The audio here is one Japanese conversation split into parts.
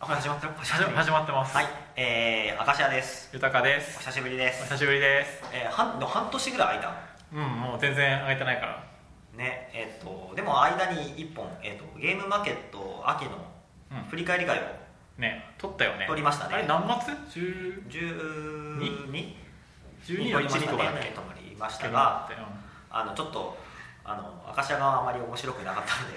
始まってます始ま始まってます、はい、えー、明石家です。豊ですお久しぶりでおす。久しぶりですえー、半の半年ぐらい空いうんもう全然あげてないからた。ね、えっ、と、でも間に一本、えっ、と、ゲームマーケット秋のうん振り返り会をね撮ったよね撮りましたねあれ何月10 12に12の撮りました12とかだっねけ撮りましたが、うあの、ちょっと、あの、明石家があまり面白くなかったの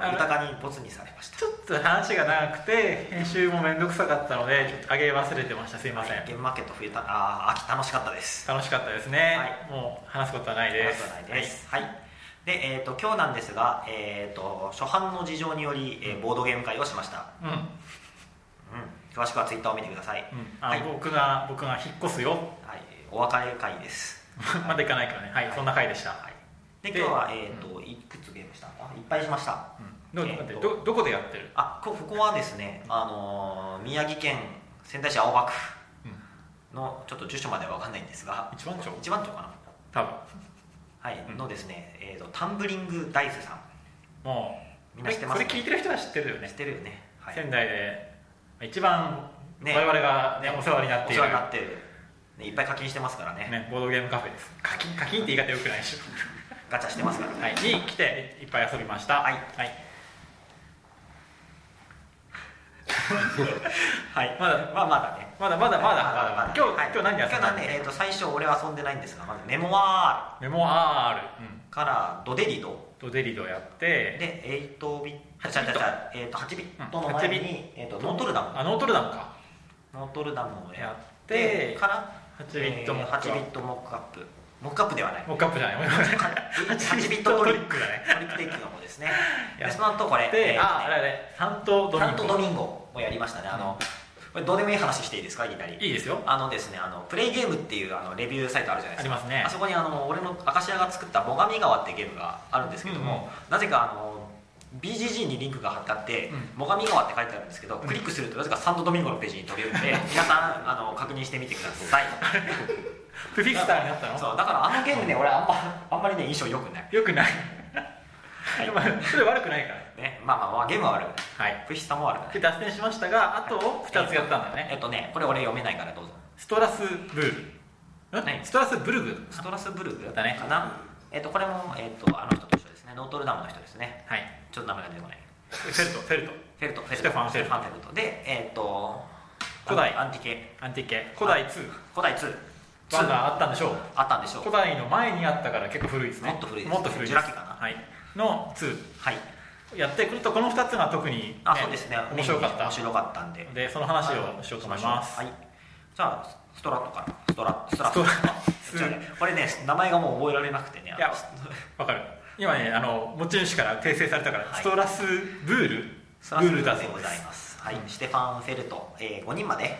で、ああの、れ豊かにボツにされましんた。ちょっと話が長くて編集も面倒くさかったのでちょっと上げ忘れてましたすいません、ゲームマーケット冬た、あー、秋楽しかったです。楽しかったですね、はいもう話すことはないですありがとうございますはい、で、えっ、と、今日なんですが、えっ、と、初版の事情により、えーボードゲーム会をしました。はいうん、詳しくはツイッターを見てください。うん、うんあはい僕が僕が引っ越すよ はい、お別れ会です。まだ行かないからねはい、はいそんな回でした、はい。で、で今日は、えっ、と、いくつゲームしたあ、いっぱいしました。うん、どうえーと待ってどどこでやってるあ、こ、ここはですね、あのー宮城県仙台市青葉区の、ちょっと住所まではわかんないんですが、一番町一番町かな多分はい、うんのですね、えっ、と、タンブリングダイスさん。もうみんな知ってますこれこれ聞いてる人は知ってるよね知ってるよね。はい。仙台で一番ね我々が、ねお世話になっておい世る話になってる。ねいっぱい課金してますからね。ね、ボードゲームカフェです課金課金って言い方よくないでしガチャしてますからょ、ね。はい、に来ていっぱい遊びましたはいはい、はいまだまあ、まだね。まだまだまだまだまだ今日、はい今日何やっ今日たなんで、えー、と最初俺は遊んでないんですがまずメモワメモ R、うんールからドデリドとデリドやってで8ビット8ビットじゃあじゃあじゃあえー、と8ビットのうん前8ビに、えー、とノートルダあノートルダムかムノートルダムをややっっててから8ビットモックアップえー8ビットモックアップモックアッ プでは ないモックアップじゃない8 8ビットトリックだねトリックテイクの方ですねやでその後これで、えーとああれあれサントドミサンンゴトドミンゴをやりましたねあの、これどうでもいい話していいですかいきなりいいですよあのですね、あのプレイゲームっていうあのレビューサイトあるじゃないですかありますねそこにあの俺の明石家が作った「最上川」ってゲームがあるんですけども、なぜかあの BGG にリンクが貼ってあって「最上川」って書いてあるんですけど、クリックするとなぜかサンドドミンゴのページに飛びるの で皆さんあの確認してみてくださいフィクターになったのそうだからあのゲームね俺あんまあんまりね印象良くない、よくないい まあそれ悪くないからね、まあまあまあゲームは悪くはいないクシさんも悪くないで脱線しましたがあと2つやったんだえねっとねこれ俺読めないからどうぞストラスブルグんはいストラスブルグストラスブルグだねかな、えっとこれも、えっとあの人と一緒ですねノートルダムの人ですねはいちょっと名前が出てこないフェルトフェルトフェルトフェルトステファンステファン・フェルトでえーっと古代アンティケアンティケ古代2古代2版2があったんでしょうあったんでしょう古代の前にあったから結構古いですねもっと古いですもっと古いジュラ紀かなはいの2はいやってくるとこの2つが特にねあそうですね面白かっ面た白かったんででその話をしようと思いますはいじゃあストラットからストラストラットスストラ これね名前がもう覚えられなくてねいやわかる今ねあの持ち主から訂正されたからストラスブールブストラットールだでそうごでざいすますはいステファン・フェルト、え5人まで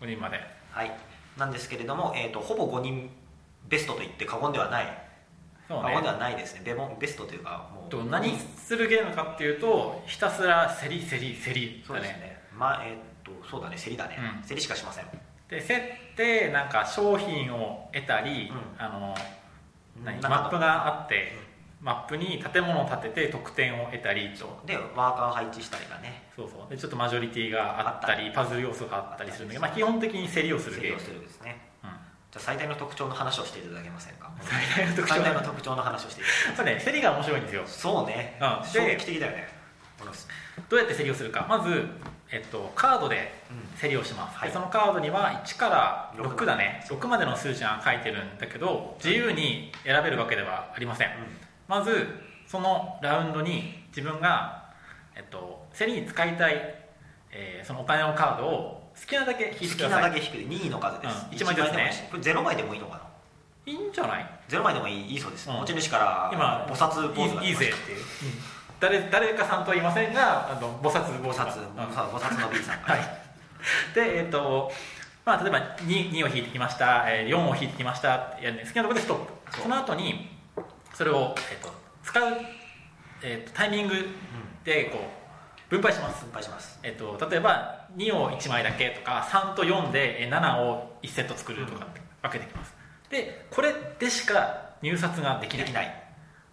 5人まではいなんですけれども、えーっとほぼ5人ベストと言って過言ではない、そう過ね言ではないですねベモベストというかもうと何するゲームかっていうとひたすら競り競り競りそうだですねねまあえーっとそうだね競りだね、うん競りしかしませんで競ってなんか商品を得たり、うんあの何なんかマップがあって、マップに建物を建てて得点を得たりとでワーカー配置したりがねそうそうでちょっとマジョリティがあったりパズル要素があったりするんだけど、あまあ、基本的に競りをする競ゲりームをするんですねうんじゃあ最大の特徴の話をしていただけませんか最大の 特徴最大のは特徴の話をしていただやっぱね競りが面白いんですよけそうね、うん衝撃的だよねこのどうやって競りをするかまず、えっと、カードで競りをします、はいでそのカードには1から6だねそう6までの数字が書いてるんだけど自由に選べるわけではありませんまずそのラウンドに自分が、えっと、競りに使いたい、えーそのお金のカードを好きなだけう引いん、て好くきだなさだいけ引くで2位の数です、うん一一枚ですねもいいしこれ0枚でもいいのかないいんじゃない0枚でもいいいいそうです、うん持ち主から今菩薩ポーズがいいい出いましぜっていう、うん誰誰かさんとは言いませんがあの菩薩た菩薩うん菩薩菩薩の B さんが、はい、でえっ、とまあ例えば 2, 2を引いてきました、えー4を引いてきましたってやるんです好きなところでストップそうその後にそれを、えー、と使う、えーとタイミングでこう分配します、分配しますえー、と例えば2を1枚だけとか3と4でえー7を1セット作るとかって分けてきますでこれでしか入札ができでないきない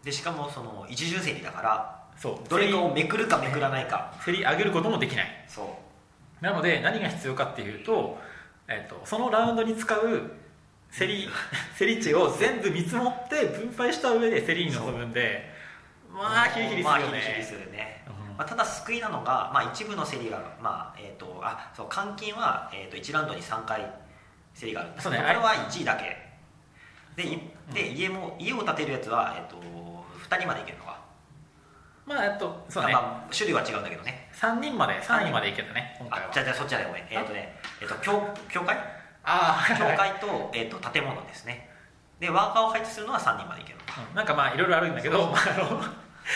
でしかもその一重競りだからそうどれか競をめくるかめくらないかり競り上げることもできないそうなので何が必要かっていうと,、えっとそのラウンドに使うセリセリ値を全部見積もって分配した上でセリに臨むんでまあヒリヒリするよまあ、ヒリヒリねするねうんまあ、ただ救いなのが、まあ、一部の競りが、まあえー、とあそう換金は、えー、と1ラウンドに3回競りがあるんですけどそうこねれは1位だけでいでう家も家を建てるやつは、えー、と2人までいけるのか、まあえっとそうねまあ、種類は違うんだけどね3人まで3位までいけたね今回あはじゃあじゃあそっちじゃないごめんえっ、とね、えー、と教教 会あ教ー会と,、えー、と建物ですねでワーカーを配置するのは3人までいけるのか、うんなんかまあいろいろあるんだけどまああの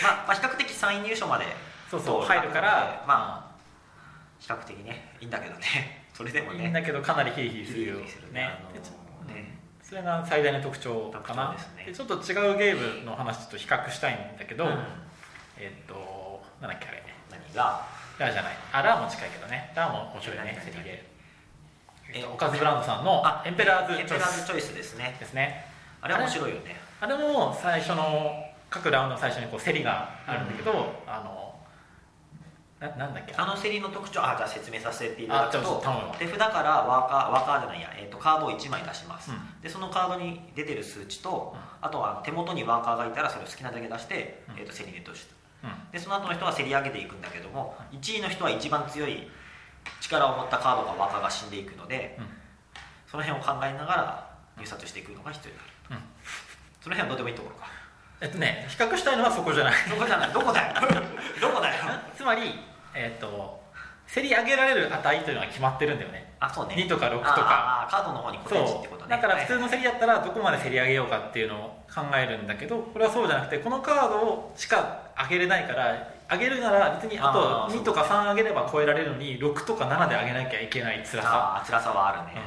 まあまあ、比較的3位入賞までそうそう入るからま比較的ねいいんだけどね それでもいいんねだけどかなりヒリヒリするよヒリヒリするねねあのでちょねうんそれが最大の特徴かな特徴ですねでちょっと違うゲームの話ちょっと比較したいんだけど、うんえっとなんだっけあれ何がラーじゃないあラーも近いけどねラーも面白いよね何セリゲええっとおかずブランドさんのエンペラーエズンチペョイラーズスチョイスですねですねあれは面白いよねあれも最初の各ラウンドの最初にこう競りがあるんだけど、あのななんだっけあのセリの特徴あじゃあ説明させていただくあちょっとと頼むわ手札からワーカーワーカーじゃないや、えー、とカードを1枚出します、うんでそのカードに出てる数値と、うんあとは手元にワーカーがいたらそれを好きなだけ出して、うんえー、と競りネットしてうんでその後の人は競り上げていくんだけども1位の人は一番強い力を持ったカードがワーカーが死んでいくので、うんその辺を考えながら入札していくのが必要になる、うんその辺はどうでもいいところかえっとね比較したいのはそこじゃないどこじゃないどこだよ どこだよつまりえっと競り上げられる値というのが決まってるんだよねあそうね2とか6とかあああカードの方に固定値ってそことねうだから普通の競りだったらどこまで競り上げようかっていうのを考えるんだけどこれはそうじゃなくてこのカードをしか上げれないから上げるなら別にああーと2とか3上げれば超えられるのに6とか7で上げなきゃいけない辛さああ辛さはあるね、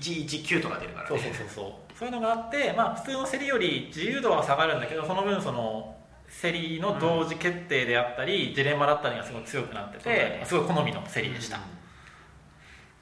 119とか出るからそうねそうそうそうそういうのがあってまあ普通の競りより自由度は下がるんだけどその分その競りの同時決定であったり、ジレンマだったりがすごい強くなってて、そうだねすごい好みの競りでした、うん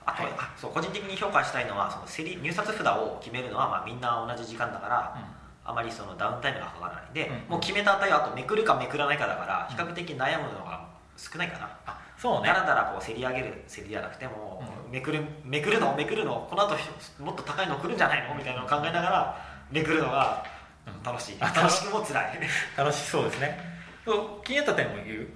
あと、はいあそう個人的に評価したいのはその競り入札札を決めるのは、まあ、みんな同じ時間だから、あまりそのダウンタイムがかからないんで、うんもう決めた値はあとめくるかめくらないかだからうん比較的悩むのが少ないかな、あそうねだらだらこう競り上げる競りじゃなくても、うめくるめくるのめくるのこの後もっと高いの来るんじゃないのみたいなのを考えながらめくるのがうん楽しい、あ楽しくも辛い楽しそうですねそう気になった点を言うう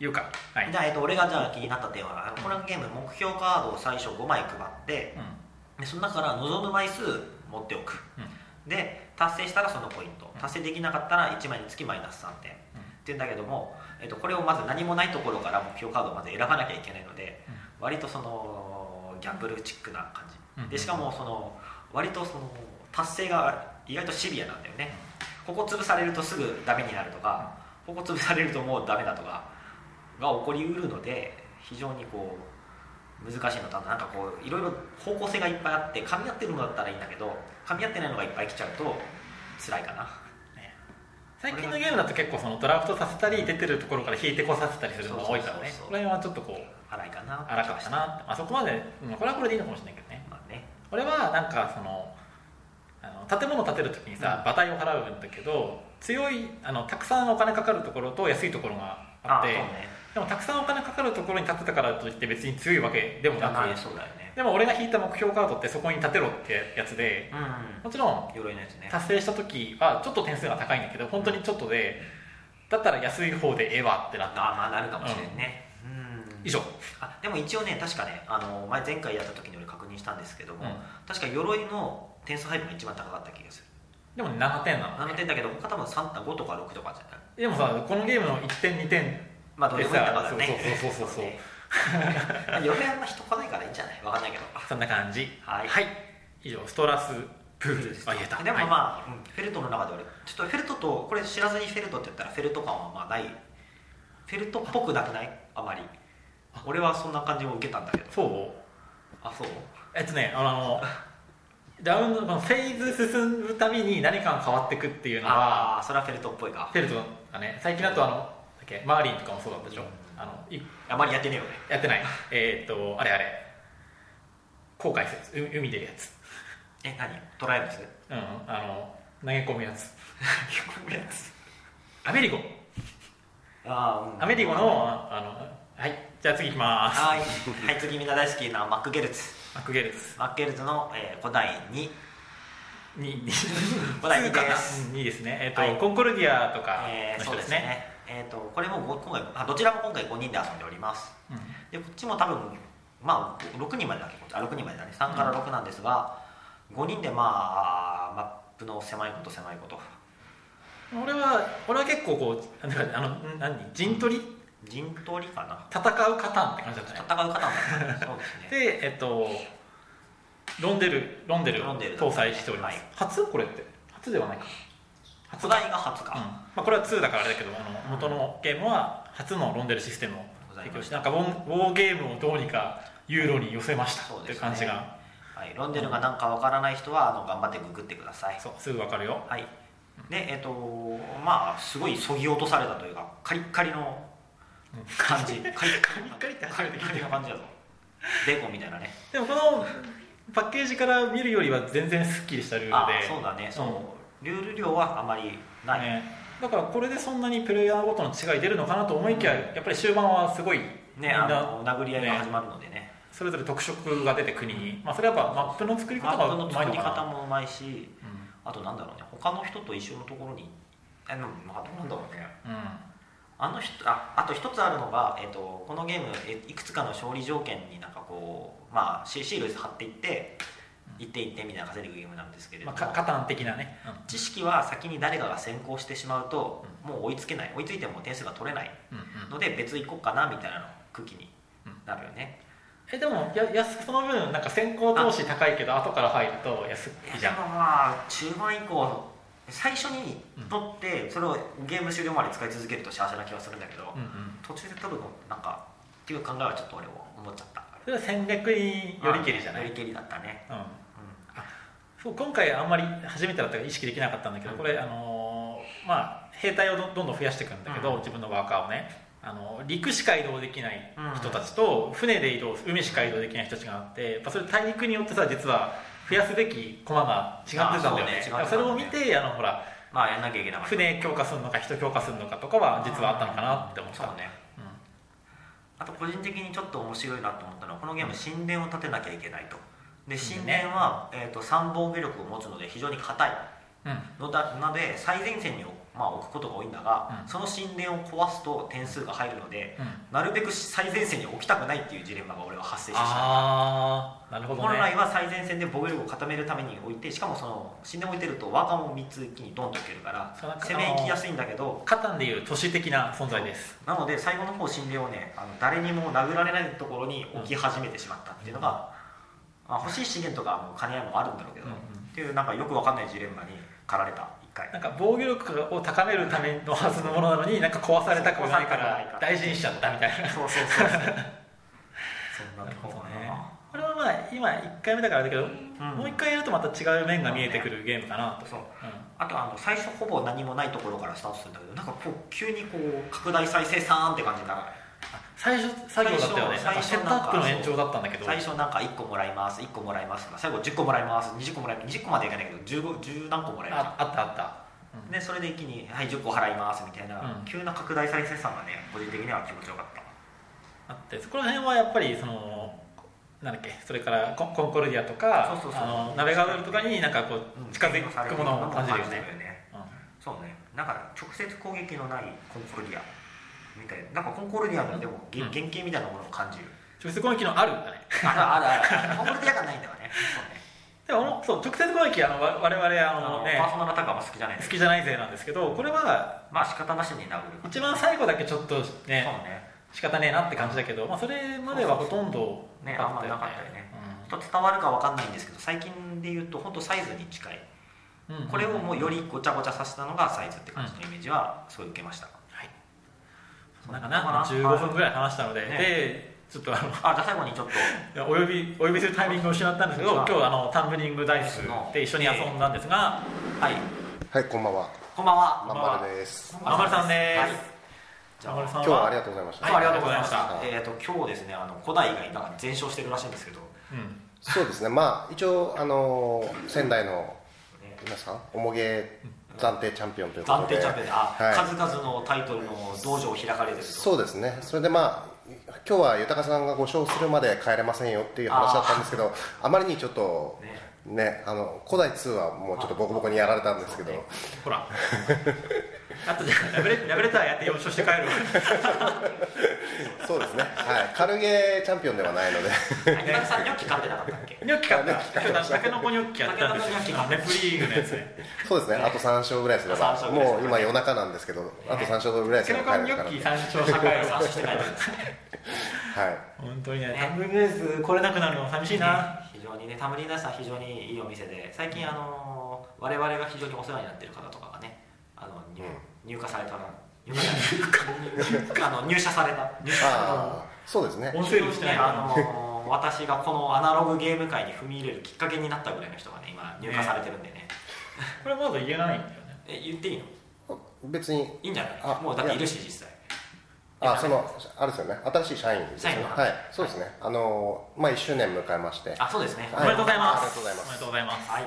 言うかはい、 んじゃあ、えっと、俺がじゃあ気になった点はあのこのゲーム目標カードを最初5枚配ってうんでその中から望む枚数持っておく、で達成したらそのポイントうん達成できなかったら1枚につきマイナス3点、っていうんだけども、えっと、これをまず何もないところから目標カードをまず選ばなきゃいけないので、うん割とそのギャンブルチックな感うんうんじでしかもその割とその達成が意外とシビアなんだよねここ潰されるとすぐダメになるとかここ潰されるともうダメだとかが起こりうるので非常にこう難しいのとあとなんかこういろいろ方向性がいっぱいあって噛み合ってるのだったらいいんだけど噛み合ってないのがいっぱい来ちゃうと辛いかな最近のゲームだと結構そのドラフトさせたり出てるところから引いてこさせたりするのが多いからそねうそうそうそうこの辺はちょっとこう荒いかな荒かったなって、まあ、そこまで、うんこれはこれでいいのかもしれないけどねまあね俺はなんかそのあの建物建てる時にさ馬体を払うんだけど強いあのたくさんお金かかるところと安いところがあってそうねでもたくさんお金かかるところに建てたからといって別に強いわけでもなあくそうだよねでも俺が引いた目標カードってそこに建てろってやつでうん、もちろん鎧のやつね達成した時はちょっと点数が高いんだけど本当にちょっとでだったら安い方でええわってなあったまあなるかもしれんねうん以上あでも一応ね確かねあの前前回やった時に俺確認したんですけども、うん確か鎧の点数配分が一番高かった気がするでもね7点なの7点だけど他多分3 5とか6とかじゃないでもさこのゲームの1点2点まあどうでもいいんだからねでさそうそうそうそうそ うね鎧あんま人来ないからいいんじゃないわかんないけどそんな感じはいはい、以上ストラスプールです。であ言えた。もまあ、はうんフェルトの中で俺ちょっとフェルトとこれ知らずにフェルトって言ったらフェルト感はまあないフェルトっぽくなくないあまり俺はそんな感じを受けたんだけどいそう。あそうえっとね、あのラウンドのフェーズ進むたびに何かが変わってくっていうのはああーそれはフェルトっぽいかフェルトがね、最近だとあのだっけマーリンとかもそうだったでしょ。あのいあまりやってねえよねやってない。えーっとあれあれ後悔するやつう海出るやつ。え何トライブス うん、あの投げ込むやつ。こやつアメリゴ、ああ、うん、アメリゴのあのはいじゃあ次いきますはい、はい、次みんな大好きなマックゲルツマックゲルツマックゲルツの、えー、古代2 2 古代2です、いいですねえっ、と、はいコンコルディアとかえーのそ人うでですすねねえー、とこれもご今回あどちらも今回5人で遊んでおりますでこっちも多分まあ6人までだっけあ6人までだね3から6なんですが、5人でまあマップの狭いこと狭いことうん俺は俺は結構こうなんかあのん何陣取り陣取りかな戦う方って感じだった戦ねう方もそうですね でえっ、とロンデルロンデルロンをデル搭載しております、はい初これって初ではないか初初代が初うんか、まあ、これは2だからあれだけどあの元のゲームは初のロンデルシステムを提供してなんかウォンウォーゲームをどうにかユーロに寄せましたそうってですねいう感じがはい、ロンデルが何かわからない人はあの頑張ってググってくださいそうすぐ分かるよはいでえっ、とまあすごいそぎ落とされたというかカリッカリの感 じカリッカリカリって初カリめて聞ッカいリたの感じだぞベーコンみたいなねでもこのパッケージから見るよりは全然すっきりしたルールであそうだねそう、ルール量はあまりない、ね、だからこれでそんなにプレイヤーごとの違い出るのかなと思いきや、やっぱり終盤はすごいみんねあなの殴り合いが始まるのでねそれぞれ特色が出て国に、まあ、それはやっぱマップの作りマ方ッがプうのまい作のりかな方もうまいしうんあとなんだろうね他の人と一緒のところにあのまあどうなんだろうねあの人ああと一つあるのが、えっとこのゲームえいくつかの勝利条件になんかこうまあシシール貼っていって一点一点みたいな稼いでいくゲームなんですけうれんどまあ、も、かカタン的なね、知識は先に誰かが先行してしまうと、もう追いつけない追いついても点数が取れないうんうんうんので別行こうかなみたいなの空気になるよね、えでもや安その分なんか先行投資高いけど後から入ると安いいやじゃんでもまあ中盤以降最初に取ってそれをゲーム終了まで使い続けると幸せな気がするんだけど、うんうん途中で取るのなんかっていう考えはちょっと俺も思っちゃったそれは戦略によりけりじゃない、よりけりだったね、うん、うそう今回あんまり初めてだったから意識できなかったんだけど、うんこれあのーまあ兵隊をどどんどん増やしていくんだけど、うん自分のワーカーをねあの陸しか移動できない人たちと船で移動海しか移動できない人たちがあってやっぱそれ大陸によってさ実は増やすべき駒が違ってたんだよねあそうね違っそてたねだからそれを見てあのほらんまあやんなきゃいけなかった船強化するのか人強化するのかとかは実はあったのかなって思った、そうねあと個人的にちょっと面白いなと思ったのはこのゲーム神殿を立てなきゃいけないとで神神殿ね殿は、えー、と三防御力を持つので非常に硬いうんうんのだなので最前線に、まあ、置くことが多いんだが、うんその神殿を壊すと点数が入るのでうんなるべく最前線に置きたくないっていうジレンマが俺は発生してしまうああなるほど本ね来は最前線で防御力を固めるために置いてしかもその死んで置いてるとワーカーも3つ一気にドンと置けるからそうなんか攻め行きやすいんだけどカタンでいう都市的な存在ですなので最後の方神殿をねあの誰にも殴られないところに置き始めてしまったっていうのが、まあ、欲しい資源とかもう兼ね合いもあるんだろうけど、うんうんっていうなんかよくわかんないジレンマに駆られた一回なんか防御力を高めるためのはずのものなのになんか壊されたくもないか壊されたくないらから大事にしちゃったみたいなそうそうそうそうそんなとこかなるほどねなこれはまあ今1回目だからだけど、もう1回やるとまた違う面が見えてくるゲームかなと、そううあとあの最初ほぼ何もないところからスタートするんだけどなんかこう急にこう拡大再生産って感じにならないん最初作業だったよねなん最初かセットアップの延長だったんだけど最初なんか1個もらいます1個もらいますとか最後10個もらいます20個もらいます20個までいかないけど15 10何個もらいあまあったあったすでそれで一気に「はい10個払います」みたいな、うん急な拡大再生産がね個人的には気持ちよかったあってそこら辺はやっぱりそのなんだっけそれからコンコンコルディアとかそうそうそうあのナベガウルとかになんかこうんう近づくものを感じるよね、うんそうねだから直接攻撃のないコンコルディアみたいななんかコンコルディアのでもげうん原型みたいなものを感じる、直接攻撃のあるんだねあるあるあるコンコルディアがないんだよねそうねでもそう直接攻撃あのわ我々ああののねパーソナルアタックはあんま好きじゃないで好すきじゃない勢なんですけどこれはまあ仕方なしに殴る一番最後だけちょっとねねそうね仕方ねえなって感じだけど、まあ、それまではほとんどねなあかんまったよなかったよねねちょっと伝わるかわかんないんですけど最近で言うと本当サイズに近いうんうんこれをもうよりごちゃごちゃさせたのがサイズって感じのイメージはすごい受けました、はいそうなんかだからな15分ぐらい話したので、ねでちょっとあの あじゃあ最後にちょっといやお呼びお呼びするタイミングを失ったんですけど今日あのタンブリングダイスで一緒に遊んだんですがはいはい、こんばんは。こんばんはまんまるです。まんまるさんですはいじ中ゃあ丸さん今は日はありがとうございました。どうもありがとうございました、はいえっ、と今日ですねあの古代以外なんか全勝してるらしいんですけど、うんそうですね。まあ一応あのー仙台のねいますか、おもげ暫定チャンピオンというこ暫とで。定チャンピオンであ、はい数々のタイトルの道場を開かれてるとそうですね。それでまあ今日は豊さんがご勝するまで帰れませんよっていう話だったんですけどあまりにちょっとねねあの古代2はもうちょっとボコボコにやられたんですけどほら あとじゃあラブレラブレターやってよ書して帰るわそうですねはい軽ゲーチャンピオンではないのであゆたさんニョッキ買ってなかったっけニョッキ買った今日たけのこニョッキやったんですよタケノコニョッキ買っあレプリーグのやつねそうですねあと3勝ぐらいすれあば三勝ぐらいもう今夜中なんですけどあと3勝ぐらいたけすのればこ帰れニョッるからキね参照社会を参照して帰ってるんですねはい本当にねねタンブルベース来れなくなるの寂しいな非常にねタムリーナさん非常にいいお店で最近あの我々が非常にお世話になってる方とかがねあの入,、うん入荷されたな入荷じゃない入荷あの入社された入社ああそうですねオンセールしてないからあの私がこのアナログゲーム界に踏み入れるきっかけになったぐらいの人がね今入荷されてるんでねこれまだ言えないんだよねえ言っていいの別にいいんじゃないあもうだっているし実際あそのあれですよね新しい社員ですね社員のはいそうですねあのまあ1周年迎えましてあそうですねおめでとうございますありがとうございおますめでとうございますはい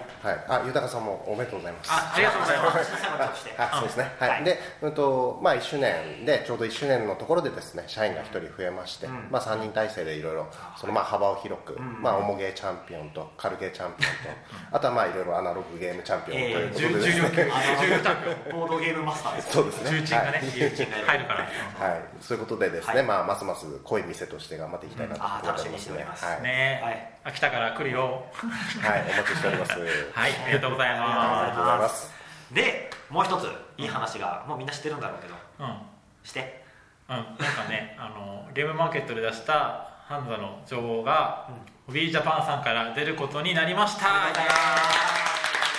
はい、あ豊さんもおめでとうございます。あありがとうございますす最後にとしてはい、そうですね。はい、はいで、うんと、まあ、一周年で、ちょうど一周年のところでですね、社員が一人増えまして。うんまあ、三人体制でいろいろ、そのまあ、幅を広く、んまあ、重ゲーチャンピオンと、軽ゲーチャンピオンと。あとは、まあ、いろいろアナログゲームチャンピオンといえうーことで重ですね。量級重量級ボードゲームマスターですそうですね。重鎮がね重鎮がいる入るからはい、はい、そういうことでですね、はいまあ、ますます濃い店として頑張っていきたいなとうんあー思ってお楽しりみまにしすておりますはい、ねはいえ秋田から来るよはい、お待ちしております。はいありがとうございありがまとうございます。でもう一ついい話がもうみんな知ってるんだろうけどすうんしてうん、なんかねあのゲームマーケットで出したハンザの情報が、ホビージャパンさんから出ることになりましたおめでとうございます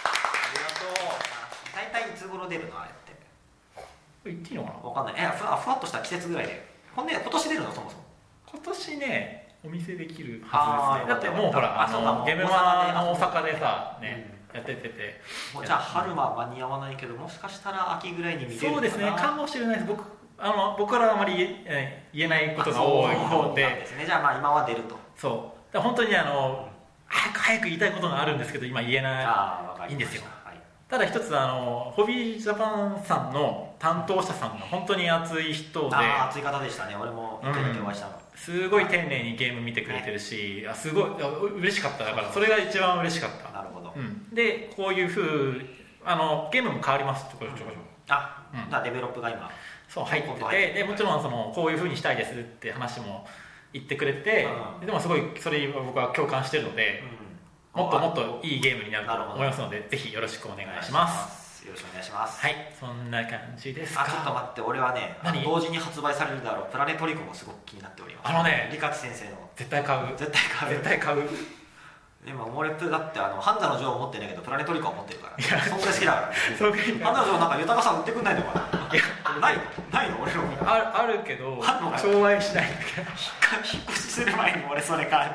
あ大体いつ頃出るのあれってりがとう言っていいのかなわかんないえふわふわっとした季節ぐらいでほんで今年出るのそもそも今年ねお見せできるあはずーですねだってもうほらああそうかものうゲームマの大大阪阪ででさね、やってててもうじゃあ春は間に合わないけどもしかしたら秋ぐらいに見れるのかなそうですねかもしれないです僕あの僕からはあまり言ええ言えないことが多い方あそうなんでですねじゃあまあ今は出るとそうだから本当にあの早く早く言いたいことがあるんですけど今言えないああわかりましたいいんですよはいただ一つあのホビージャパンさんの担当者さんが本当に熱い人でああ熱い方でしたね俺も一回だけお会いしたの、すごい丁寧にゲーム見てくれてるしあすごいあう嬉しかっただからそれが一番嬉しかった、なるほど、うん、でこういうふうあのゲームも変わりますちょこちょこちょこあ、うんじゃあデベロップが今そう入ってほんと入ってててでもちろんそのこういうふうにしたいですって話も言ってくれてうんででもすごいそれ僕は共感してるのでうんもっともっといいゲームになるとなるほど思いますのでぜひよろしくお願いしますすよろしくお願いします、はいそんな感じですかあちょっと待って俺はね何同時に発売されるだろうプラネトリコもすごく気になっておりますあのねリカチ先生の絶対買う絶対買う絶対買う今俺だってあのハンザの女王持ってないけどプラネトリコは持ってるからいやそんぐらい好きだからそういうハンザの女王なんか豊かさん売ってくんないのかいやなないのないの俺のあるあるけどあんのかよ紹介しないんだ引っ越しする前に俺それ買う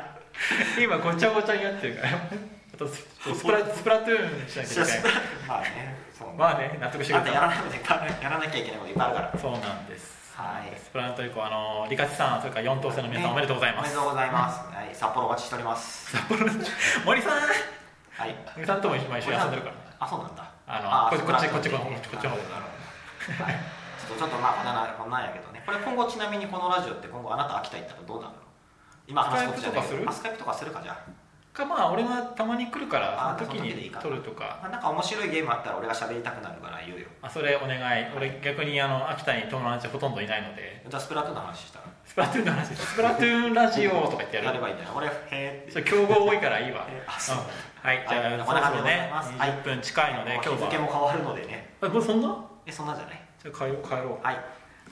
けど今ごちゃごちゃになってるからあとススプラスプラトゥーンしなきゃいけない まあねそうねまあね納得してくあれとやたらないこといっぱいあるやらなきゃいけないこといっぱいあるからそうなんです。はいスプラント以降、あのリカチさん、それから四等星の皆さん、おめでとうございまおめすで。とうございます、はい、札幌お待ちしております森さん、はい森さんとも今一緒に遊んでるから。あそうなんだあの、こっち、こっち、こっち、こっち、こっち、こっちの方。はいちょっとちょっとまあこんなこんなんやけどねこれ今後ちなみにこのラジオって今後あなた秋田行ったらどうなるの今話すことじゃないけどあスカイプとかするかじゃか、まあ、俺がたまに来るかあら、その時その時でいいにか撮るとか。あなんか面白いゲームあったら俺が喋りたくなるから言うよあ、それお願い。俺、逆に、あの、秋田に友達ほとんどいないので。じゃあスプラトゥーンの話したらスプラトゥーンの話、スプラトゥーンラジオとか言ってややれる。ばいいんだよ俺へえそう、競合多いから、いいわ。えあそううんはい、じはゃいあ、こそんなろ感そじでごろざいねます、はい20分近いので、今日日付は。も変わるのでねあ、もう、そんな。えそんなんじゃないじゃあ、帰ろう、帰ろはいじ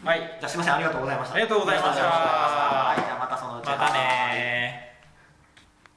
う。はい。ゃあすいませんありがとうございましたありがとうございましたはいじゃあまたそのうちまたねー。